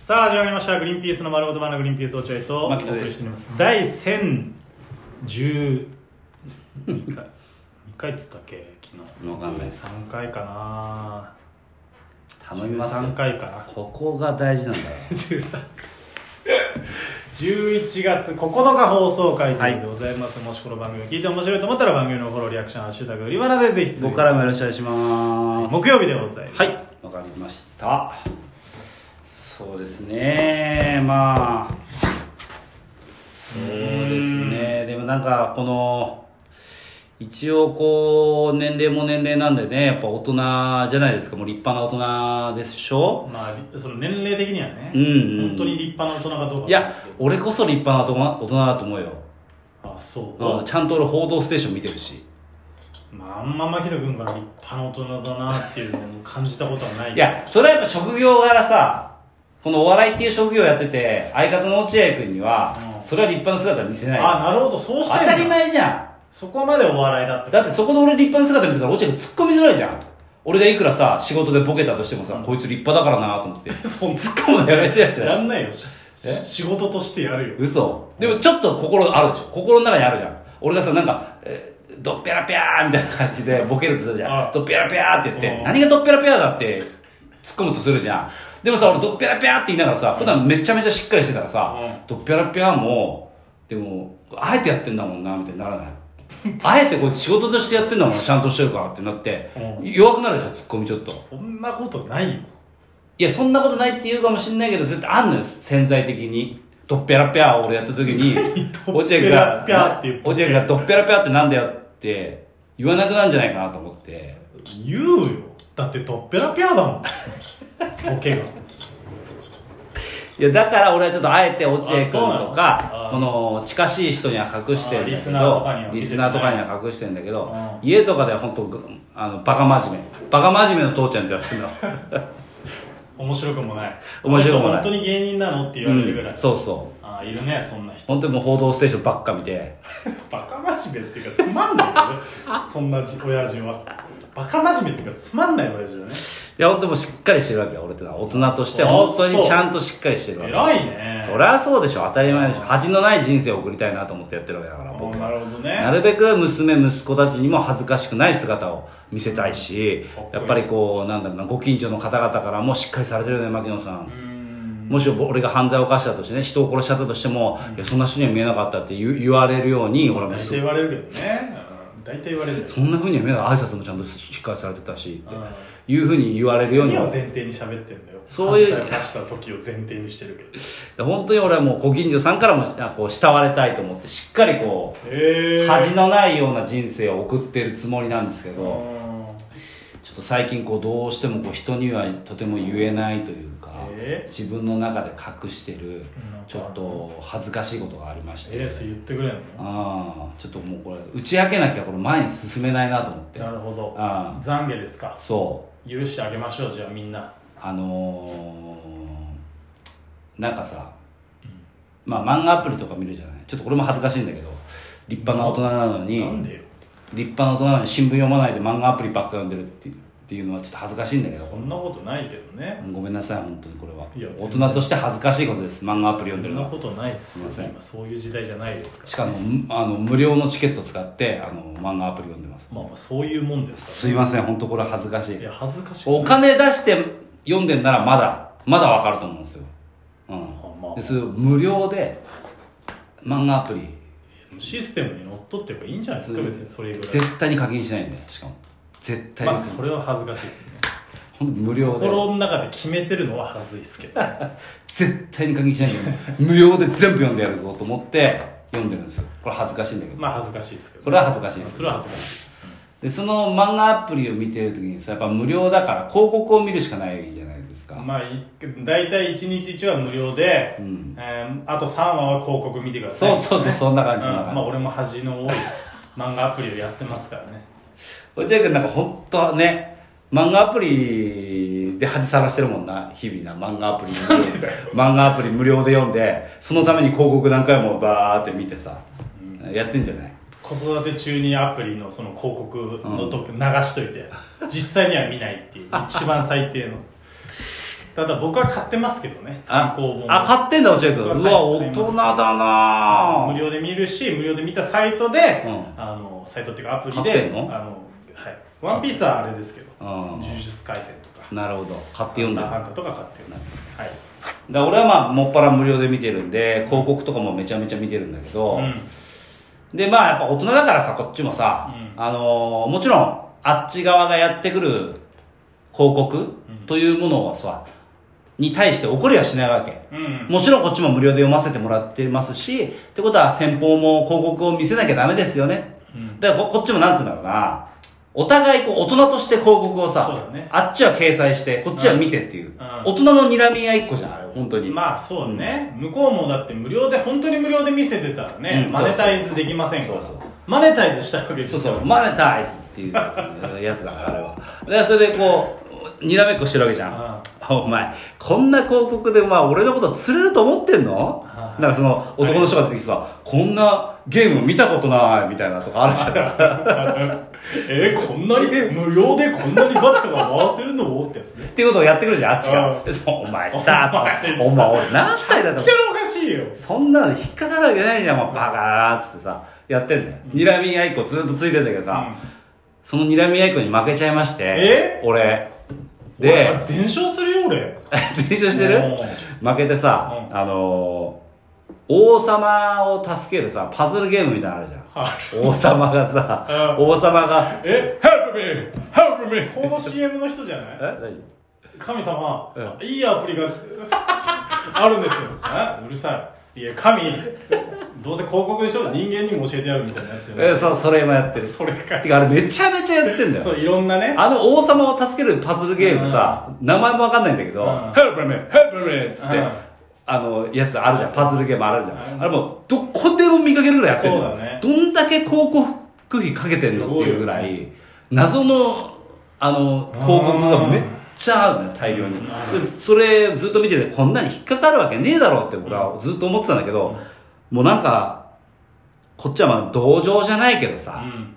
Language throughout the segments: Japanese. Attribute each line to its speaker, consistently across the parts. Speaker 1: さあ始まりました「グリーンピースの丸ごとバナグリーンピース落合」とお
Speaker 2: 牧野
Speaker 1: 送
Speaker 2: です
Speaker 1: りしております第1012回2回っつったっけ昨日
Speaker 2: わかんないです
Speaker 1: 3回かな
Speaker 2: 頼みますよ
Speaker 1: 13回かな
Speaker 2: ここが大 事なんだか
Speaker 1: 13回11月9日放送回ということでございます、もしこの番組を聞いて面白いと思ったら番組のフォローリアクション「ハッシュタグ売りバナ」でぜひ
Speaker 2: ら
Speaker 1: ツイート
Speaker 2: 僕からもよろしくお願いします
Speaker 1: 木曜日でございます
Speaker 2: はいわかりましたそうですねまあそうですねでもなんかこの一応こう年齢も年齢なんでねやっぱ大人じゃないですかもう立派な大人でしょ
Speaker 1: まあその年齢的にはね、
Speaker 2: うんうん
Speaker 1: 本当に立派な大人かどうか
Speaker 2: いや俺こそ立派な大人大人だと思うよ
Speaker 1: あそう、
Speaker 2: うんちゃんと俺「報道ステーション」見てるし
Speaker 1: まあ、あんま牧野君から立派な大人だなっていうのを感じたことはない
Speaker 2: いや、それはやっぱ職業柄さ、このお笑いっていう職業をやってて、相方の落合君には
Speaker 1: う、ん
Speaker 2: それは立派な姿は見せない。
Speaker 1: あなるほどそうして
Speaker 2: 当
Speaker 1: んだ
Speaker 2: たり前じゃ
Speaker 1: そこまでお笑いだっ
Speaker 2: ん。
Speaker 1: て
Speaker 2: だってそこで俺立派な姿見せたら落合君突っ込みづらいじゃん。俺がいくらさ、仕事でボケたとしてもさ、こいつ立派だからなと思って、突っ
Speaker 1: そん
Speaker 2: 込むのやめちゃうじ
Speaker 1: なや
Speaker 2: ゃん。
Speaker 1: んないよし
Speaker 2: え
Speaker 1: 仕事としてやるよ
Speaker 2: 嘘。でもちょっと心あるでしょ。心の中にあるじゃん。俺がさ、なんか、えードッペラペアーみたいな感じでボケるとするじゃ
Speaker 1: あ
Speaker 2: ん。ドッペラペアーって言っ
Speaker 1: う
Speaker 2: て
Speaker 1: ん、
Speaker 2: 何がドッペラペアだって突っ込むとするじゃん。でもさ、俺ドッペラペアーって言いながらさ、普段めちゃめちゃしっかりしてたらさ
Speaker 1: うん、
Speaker 2: ドッペラペアーも、でも、あえてやってんだもんな、みたいになら ない。あえてこいつ仕事としてやってんだもん、ちゃんとしてるからってなって、
Speaker 1: う
Speaker 2: 弱くなるでしょ、突っ込みちょっと。
Speaker 1: そんなことないよ
Speaker 2: いや、そんなことないって言うかもしんないけど、絶対あんのよ、潜在的に。ドッペラペアを俺やった時に、
Speaker 1: ドッ
Speaker 2: 落
Speaker 1: ペ
Speaker 2: 合君
Speaker 1: ラ
Speaker 2: が
Speaker 1: ペアって言っ、て
Speaker 2: 落合君がドッペラペアってなんだよって言わなくなるんじゃないかなと思って。
Speaker 1: 言うよだってドッペラペアだもんボケが
Speaker 2: いや、だから俺はちょっとあえて落合君と
Speaker 1: あそうなの
Speaker 2: か
Speaker 1: あ、
Speaker 2: この近しい人には隠してるん
Speaker 1: あ
Speaker 2: だ
Speaker 1: リス
Speaker 2: け
Speaker 1: ナーと
Speaker 2: ど
Speaker 1: かには、
Speaker 2: リスナーとかには隠してるんだけど
Speaker 1: う、
Speaker 2: 家とかでは本当あの、バカ真面目。バカ真面目の父ちゃんって言われてるの。
Speaker 1: 面白くもない
Speaker 2: 面白くもない
Speaker 1: あの人本当に芸人なの って言われるぐらい、
Speaker 2: うんそうそう。
Speaker 1: あいるねそんな人
Speaker 2: 本当にもう報道ステーションばっか見て。
Speaker 1: バカ真面目っていうかつまんないよ ねそんなじ親父はバカ真面目っていうかつまんない親父だね
Speaker 2: いや、本当もうしっかりしてるわけよ、俺ってのは。大人として本当にちゃんとしっかりしてるわけ。
Speaker 1: 偉いね
Speaker 2: そりゃそうでしょ、当たり前でしょ。恥のない人生を送りたいなと思ってやってるわけだから、
Speaker 1: あ
Speaker 2: 僕
Speaker 1: な
Speaker 2: は。
Speaker 1: るほどね
Speaker 2: なるべく娘、息子たちにも恥ずかしくない姿を見せたいし
Speaker 1: かっこい、い
Speaker 2: やっぱりこう、なんだろうな、ご近所の方々からもしっかりされてるよね、牧野さ。
Speaker 1: うんん
Speaker 2: もし俺が犯罪を犯したとしてね、人を殺しちゃったとしても、いや、そんな人には見えなかったって言う言われるように、俺も
Speaker 1: 大
Speaker 2: す
Speaker 1: 体言われるけどねうん大体言われる
Speaker 2: そんな風には見えない。挨拶もちゃんとしっかりされてたし、
Speaker 1: うん
Speaker 2: っていう風に言われるように
Speaker 1: 何を
Speaker 2: は
Speaker 1: 前提に喋ってんだよ
Speaker 2: そういう
Speaker 1: 犯罪を犯した時を前提にしてるけど
Speaker 2: 本当に俺はもうご近所さんからもあこう慕われたいと思ってしっかりこ
Speaker 1: へ
Speaker 2: う
Speaker 1: え
Speaker 2: 恥のないような人生を送ってるつもりなんですけど
Speaker 1: の
Speaker 2: ちょっと最近こうどうしてもこう人にはとても言えないというか
Speaker 1: え
Speaker 2: 自分の中で隠してる
Speaker 1: なんか
Speaker 2: ちょっと恥ずかしいことがありまして
Speaker 1: えー、それ言ってくれんの
Speaker 2: あーちょっともうこれ打ち明けなきゃこれ前に進めないなと思って
Speaker 1: なるほど
Speaker 2: あ
Speaker 1: 懺悔ですか
Speaker 2: ーそう
Speaker 1: 許してあげましょうじゃあみんな
Speaker 2: あのーなんかさ、まあ漫画アプリとか見るじゃないちょっとこれも恥ずかしいんだけど立派な大人なのに
Speaker 1: なんでよ
Speaker 2: 立派な大人なのに新聞読まないで漫画アプリばっか読んでるっていうっていうのはちょっと恥ずかしいんだけど
Speaker 1: そんなことないけどね
Speaker 2: ごめんなさい本当にこれはい
Speaker 1: や
Speaker 2: 大人として恥ずかしいことです漫画アプリ
Speaker 1: そ
Speaker 2: 読んでる
Speaker 1: ん
Speaker 2: の
Speaker 1: な
Speaker 2: は
Speaker 1: ことないっすよ
Speaker 2: すいません
Speaker 1: 今そういう時代じゃないですか
Speaker 2: しかもむあの無料のチケット使ってあの漫画アプリ読んでます
Speaker 1: らまあそういうもんです
Speaker 2: すいません本当これ恥ずかし
Speaker 1: からい
Speaker 2: い
Speaker 1: や恥ずかしくない
Speaker 2: お金出して読んでんならまだまだわかると思うんですようん
Speaker 1: あまあ
Speaker 2: です無料で漫画アプリ
Speaker 1: システムにのっとってればいいんじゃないですか別にそれぐらい
Speaker 2: 絶対に課金しないんだよしかも絶対
Speaker 1: ま
Speaker 2: に、
Speaker 1: あそれは恥ずかしいですね
Speaker 2: ほんと無料で
Speaker 1: 心の中で決めてるのは恥ずいですけど
Speaker 2: 絶対に課金しないんだよ無料で 全部読んでやるぞと思って読んでるんですよこれ恥ずかしいんだけど
Speaker 1: まあ恥ずかしいですけど
Speaker 2: これは恥ずかしいです
Speaker 1: それは恥ずかしい
Speaker 2: でその漫画アプリを見てる時にさやっぱ無料だから広告を見るしかないじゃないですか、
Speaker 1: まあい大体1日1話無料で、
Speaker 2: うん
Speaker 1: えーあと3話は広告見てください
Speaker 2: そうそうそうそんな感じそんな
Speaker 1: うんまあ
Speaker 2: 感
Speaker 1: 俺も恥の多い漫画アプリをやってますからね
Speaker 2: じ落合君なんか本当はね漫画アプリで恥さらしてるもんな日々な漫画アプリ無料で漫画アプリ無料で読んでそのために広告何回もバーって見てさ、やってんじゃない
Speaker 1: 子育て中にアプリのその広告のとこ流しといて、実際には見ないっていう一番最低のただ僕は買ってますけどね
Speaker 2: あ
Speaker 1: 単行本を
Speaker 2: あ、買ってんだ、落合君。う
Speaker 1: 僕
Speaker 2: わ、
Speaker 1: は買
Speaker 2: 大
Speaker 1: い
Speaker 2: 人だなぁ
Speaker 1: 無料で見るし無料で見たサイトで、
Speaker 2: うん
Speaker 1: あのサイトっていうかアプリ
Speaker 2: 買って
Speaker 1: で
Speaker 2: んの
Speaker 1: あの、はい、ワンピースはあれですけど
Speaker 2: あ
Speaker 1: 呪
Speaker 2: ー
Speaker 1: 術廻戦とか
Speaker 2: なるほど。買って読んだ。
Speaker 1: ダーハ
Speaker 2: だか
Speaker 1: ンターとか買ってるはい
Speaker 2: ら俺はまあ、もっぱら無料で見てるんで、広告とかもめちゃめちゃ見てるんだけど、
Speaker 1: うん
Speaker 2: で、まあ、やっぱ大人だからさ、こっちもさ、
Speaker 1: う
Speaker 2: あのーもちろん、あっち側がやってくる広告というものをさ、に対して怒りはしないわけ。
Speaker 1: うん
Speaker 2: もちろんこっちも無料で読ませてもらってますし、ってことは先方も広告を見せなきゃダメですよね。
Speaker 1: うん
Speaker 2: だからここっちもなんつうんだろうな。お互いこう大人として広告を
Speaker 1: そう
Speaker 2: さ、
Speaker 1: だね
Speaker 2: あっちは掲載して、こっちは見てっていう。
Speaker 1: ん
Speaker 2: 大人の睨み合いっこじゃん、あれ、本当に。
Speaker 1: まあそうね、向こうもだって無料で本当に無料で見せてたらね、
Speaker 2: うん
Speaker 1: マネタイズできませんから
Speaker 2: そうそう
Speaker 1: マネタイズしたいわけです
Speaker 2: そう
Speaker 1: よ
Speaker 2: そう、マネタイズっていうやつだから、あれは。で、それでこう、にらめっこしてるわけじゃん。お前、こんな広告で、まあ、俺のこと釣れると思ってんの
Speaker 1: はい
Speaker 2: なんかその、男の人が出てきてさ、こんなゲーム見たことない、みたいなとかあるじゃん。
Speaker 1: えー、こんなに無料でこんなにバカが回せるのってやつね
Speaker 2: っていうことをやってくるじゃん、あっちが
Speaker 1: うん。
Speaker 2: でそうお前さ、と
Speaker 1: お
Speaker 2: か
Speaker 1: 前
Speaker 2: お前俺何歳だ
Speaker 1: め
Speaker 2: と
Speaker 1: っちゃおかしいよ
Speaker 2: そんなの引っかかるわけないじゃん、もうバカだな、つってさ、やってんだよ。睨み合いっこずっとついてんだけどさ、その睨み合いっこに負けちゃいまして
Speaker 1: え、
Speaker 2: 俺。
Speaker 1: で
Speaker 2: で、
Speaker 1: 全勝するよ俺
Speaker 2: 全勝してる負けてさ、
Speaker 1: う
Speaker 2: あのー、王様を助けるさ、パズルゲームみたいなのあるじゃん。
Speaker 1: は
Speaker 2: 王様がさ、
Speaker 1: う
Speaker 2: 王様が、
Speaker 1: え
Speaker 2: Help me! Help
Speaker 1: こ
Speaker 2: me!
Speaker 1: の CM の人じゃない
Speaker 2: え何
Speaker 1: 神様、
Speaker 2: う
Speaker 1: いいアプリがあるんですよえうるさいいや神どうせ広告でしょ人間にも教えてやるみたいなやつよ、
Speaker 2: え、そう、それ今やってる。
Speaker 1: それか
Speaker 2: てかあれめちゃめちゃやってんだよ。
Speaker 1: そういろんなね
Speaker 2: あの王様を助けるパズルゲームさ、名前もわかんないんだけど、
Speaker 1: うん
Speaker 2: Help me! Help me! つって、
Speaker 1: うん
Speaker 2: あの、やつあるじゃん、パズルゲームあるじゃ。
Speaker 1: うんん
Speaker 2: あれもう、どこでも見かけるぐらいやってる
Speaker 1: そうだね
Speaker 2: どんだけ広告費かけてんのっていうぐら
Speaker 1: すごい
Speaker 2: い、謎の、あの、広告がめっちゃあるね、大量に。
Speaker 1: う
Speaker 2: でそれずっと見てて、こんなに引っかかるわけねえだろうって僕はずっと思ってたんだけど、もうなんか、こっちはまあ同情じゃないけどさ、
Speaker 1: うん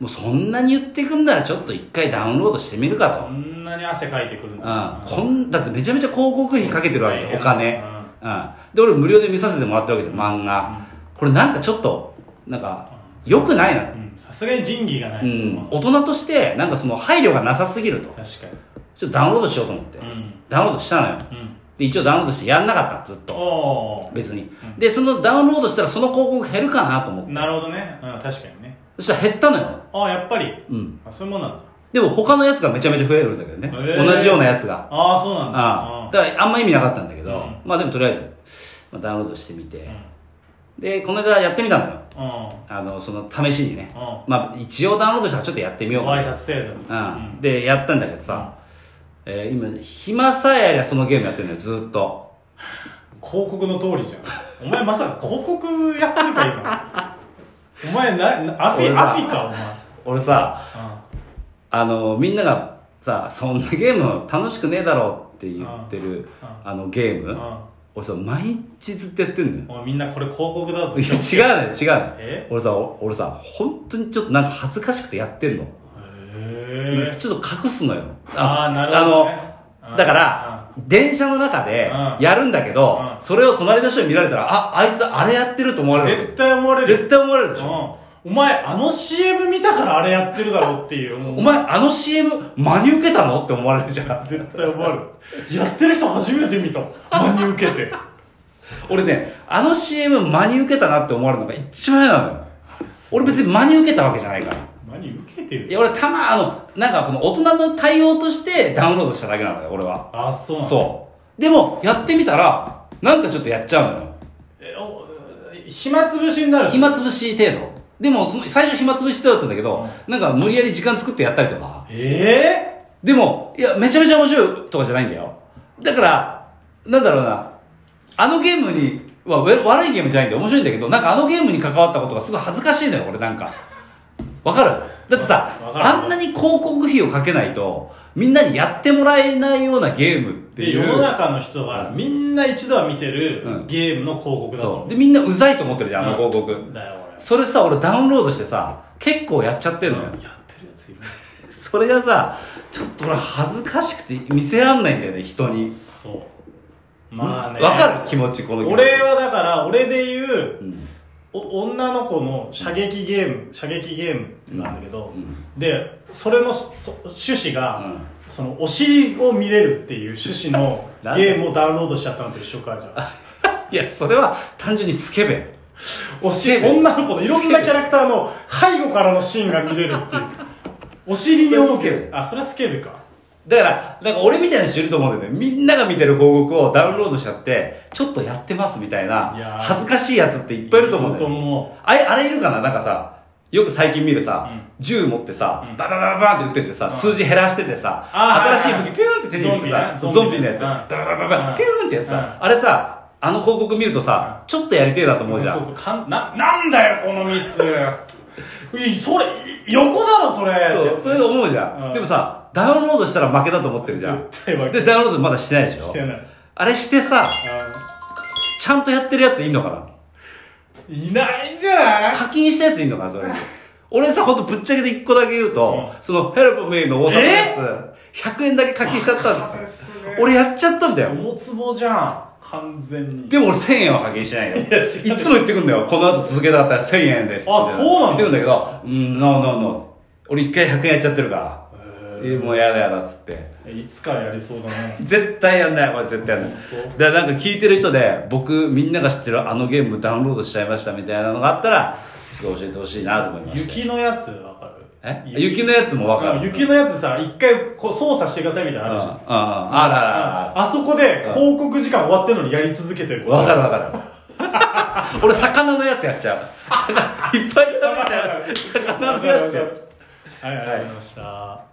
Speaker 2: もうそんなに言ってくんならちょっと一回ダウンロードしてみるかと
Speaker 1: こ。んなに汗かいてくるん
Speaker 2: うん。
Speaker 1: だ
Speaker 2: こん、だってめちゃめちゃ広告費かけてるわけじゃん、お
Speaker 1: う
Speaker 2: 金。
Speaker 1: ん
Speaker 2: うん。で、俺無料で見させてもらってるわけじゃん、漫画。これなんかちょっと、なんか、良くないな。
Speaker 1: うんさすがに仁義がない、
Speaker 2: うん。大人として、なんかその配慮がなさすぎると。
Speaker 1: 確か
Speaker 2: ちょっとダウンロードしようと思っ
Speaker 1: に
Speaker 2: て
Speaker 1: う。ん
Speaker 2: ダウンロードしたのよ。
Speaker 1: うん
Speaker 2: で、一応ダウンロードしてやんなかったの、ずっと。
Speaker 1: おー
Speaker 2: 別に。で、そのダウンロードしたらその広告減るかなと思って。
Speaker 1: なるほどね、うん、確かにね
Speaker 2: そしたら減ったのよ。
Speaker 1: ああやっぱり
Speaker 2: うん。
Speaker 1: あそういうもんなんだ
Speaker 2: でも他のやつがめちゃめちゃ増えるんだけどね。
Speaker 1: へー
Speaker 2: 同じようなやつが。
Speaker 1: ああそうなんだ
Speaker 2: ああだからあんま意味なかったんだけど、
Speaker 1: うん
Speaker 2: まあでもとりあえず、まあ、ダウンロードしてみて
Speaker 1: うん、
Speaker 2: でこの間やってみたのよ
Speaker 1: うん
Speaker 2: あのその試しにね、
Speaker 1: う
Speaker 2: まあ一応ダウンロードしたらちょっとやってみようか
Speaker 1: ワ
Speaker 2: な
Speaker 1: イハス程度に
Speaker 2: うん、でやったんだけどさ、えー今暇さえありゃそのゲームやってるのよずっと
Speaker 1: 広告の通りじゃんお前まさか広告やってるか今お前ななアフ
Speaker 2: 俺
Speaker 1: ィ
Speaker 2: さ
Speaker 1: アフィかお前
Speaker 2: 俺さあのみんながさそんなゲーム楽しくねえだろうって言ってる
Speaker 1: う
Speaker 2: あのゲーム
Speaker 1: んうん
Speaker 2: 俺さ毎日ずっとやってんのよ
Speaker 1: お前みんなこれ広告だぞ
Speaker 2: いや違うのよ違うのよ
Speaker 1: え
Speaker 2: 俺さお俺さ本当にちょっとなんか恥ずかしくてやってんの
Speaker 1: へえ
Speaker 2: ちょっと隠すのよ。
Speaker 1: ああなるほど、ね、
Speaker 2: あの、だから、電車の中で
Speaker 1: うん
Speaker 2: やるんだけど、
Speaker 1: うん
Speaker 2: それを隣の人に見られたら、あ、あいつあれやってると思わ
Speaker 1: うん
Speaker 2: れ
Speaker 1: 絶
Speaker 2: る。
Speaker 1: 対思われる
Speaker 2: 絶対思われるでしょ。
Speaker 1: うん、お前あの CM 見たからあれやってるだろうっていうもう
Speaker 2: お前、あの CM 真に受けたのって思われるじゃん。
Speaker 1: 絶対思われるやってる人初めて見た真に受けて
Speaker 2: 俺ね、あの CM 真に受けたなって思われるのが一番嫌なのよ。俺別に真に受けたわけじゃないから。
Speaker 1: 真に受けて
Speaker 2: い
Speaker 1: る
Speaker 2: や、俺たま、あの、なんかこの大人の対応としてダウンロードしただけなのよ、俺は。
Speaker 1: あそうなんだ
Speaker 2: そう。でも、やってみたら、なんかちょっとやっちゃうのよ。
Speaker 1: えお暇つぶしになる
Speaker 2: 暇つぶし程度。でも、その、最初暇つぶし程度だったんだけど、なんか無理やり時間作ってやったりとか。
Speaker 1: え
Speaker 2: でも、いや、めちゃめちゃ面白いとかじゃないんだよ。だから、なんだろうな。あのゲームに、はわ悪いゲームじゃないんだよ。面白いんだけど、なんかあのゲームに関わったことがすごい恥ずかしいのよ、俺なんか。わかるだってさ
Speaker 1: わ、かる
Speaker 2: あんなに広告費をかけないと、みんなにやってもらえないようなゲームっ
Speaker 1: ー、
Speaker 2: て
Speaker 1: で
Speaker 2: い
Speaker 1: 世の
Speaker 2: う。
Speaker 1: 中の人がみんな一度は見てる
Speaker 2: うん
Speaker 1: ゲームの広告だと
Speaker 2: そ
Speaker 1: 思
Speaker 2: う。で、みんなうざいと思ってるじゃん、あの広告。
Speaker 1: うだよ
Speaker 2: それさ、俺ダウンロードしてさ、結構やっちゃってんのよ
Speaker 1: 俺。やってるやついる
Speaker 2: そそれがさちょっと俺恥ずかしくて見せらんないんだよね人に
Speaker 1: そうまあね
Speaker 2: わかる気持ちこの気持ち
Speaker 1: 俺、はだから俺で言う
Speaker 2: うん
Speaker 1: お女の子の射撃ゲーム射撃ゲームなんだけど
Speaker 2: う、ん
Speaker 1: でそれのそ趣旨
Speaker 2: う
Speaker 1: が、
Speaker 2: ん
Speaker 1: そのお尻を見れるっていう趣旨の
Speaker 2: なんだ
Speaker 1: ゲームをダウンロードしちゃったのと一緒かじゃ
Speaker 2: いやそれは単純にスケベン
Speaker 1: あお尻
Speaker 2: スケベ
Speaker 1: 女の子のいろんなキャラクターの背後からのシーンが見れるっていうお尻に
Speaker 2: それスケベ
Speaker 1: あそれはスケベか
Speaker 2: だから、なんか俺みたいな人いると思うんだよね。みんなが見てる広告をダウンロードしちゃって、ちょっとやってますみたいない
Speaker 1: やー、
Speaker 2: 恥ずかしいやつっていっぱいいると思うんだよ、
Speaker 1: いると
Speaker 2: ね
Speaker 1: 思。
Speaker 2: あれ、あれいるかななんかさ、よく最近見るさ、
Speaker 1: うん
Speaker 2: 銃持ってさ、
Speaker 1: うん
Speaker 2: バババババンって撃ってってさ、数字減らしててさ、
Speaker 1: あー
Speaker 2: 新しい武器ピューンって出てきてさ、
Speaker 1: ゾ
Speaker 2: ゾ
Speaker 1: ンビね
Speaker 2: ンビのやつ、
Speaker 1: うん
Speaker 2: ババババ
Speaker 1: う
Speaker 2: バ
Speaker 1: ん
Speaker 2: ピューンってやつさ、
Speaker 1: う
Speaker 2: あれさ、あの広告見るとさ、ちょっとやりてえなと思うじゃ。
Speaker 1: そうんそうかんななんだよこのミスいそれい横だろそれ
Speaker 2: そう、それで思うじゃ
Speaker 1: うん
Speaker 2: ん。でもさ、ダウンロードしたら負けだと思ってるじゃん。
Speaker 1: 絶対わ
Speaker 2: で、ダウンロードまだしてないでしょ
Speaker 1: してない
Speaker 2: あれしてさ、
Speaker 1: あ
Speaker 2: ちゃんとやってるやついんのかな
Speaker 1: ーいないんじゃない
Speaker 2: 課金したやついんのかなそれに。俺さ、ほんとぶっちゃけで一個だけ言うと、
Speaker 1: う
Speaker 2: そのヘルプメイの王様のやつ、100円だけ課金しちゃったんだ。俺やっちゃったんだよ。
Speaker 1: おつぼじゃん完全に
Speaker 2: でも俺1000円は課金してない よ。い
Speaker 1: や知らない
Speaker 2: つも言ってくんだよ。この後続けたかったら1000円ですって。
Speaker 1: あそうなの
Speaker 2: 言ってくんだけど、うん、ノーノーノー。俺一回100円やっちゃってるから。
Speaker 1: へ
Speaker 2: えもうやだやだっつって。
Speaker 1: ーいつかやりそうだね
Speaker 2: 絶対やんない。俺絶対やんない。だからなんか聞いてる人で、僕みんなが知ってるあのゲームダウンロードしちゃいましたみたいなのがあったら、ちょっと教えてほしいなと思いました。
Speaker 1: 雪のやつわかる
Speaker 2: え雪のやつもわかる。
Speaker 1: 雪のやつさ一回こう操作してくださいみたいな
Speaker 2: う
Speaker 1: の
Speaker 2: ん。う
Speaker 1: あ
Speaker 2: ん。
Speaker 1: るじゃん
Speaker 2: あららら。
Speaker 1: あそこで
Speaker 2: うん
Speaker 1: 広告時間終わってるのにやり続けてる
Speaker 2: わかるわ かる。俺、魚のやつやっちゃう。魚、いっぱい食べちゃう。魚のやつやっちゃう。
Speaker 1: はいありがとうございました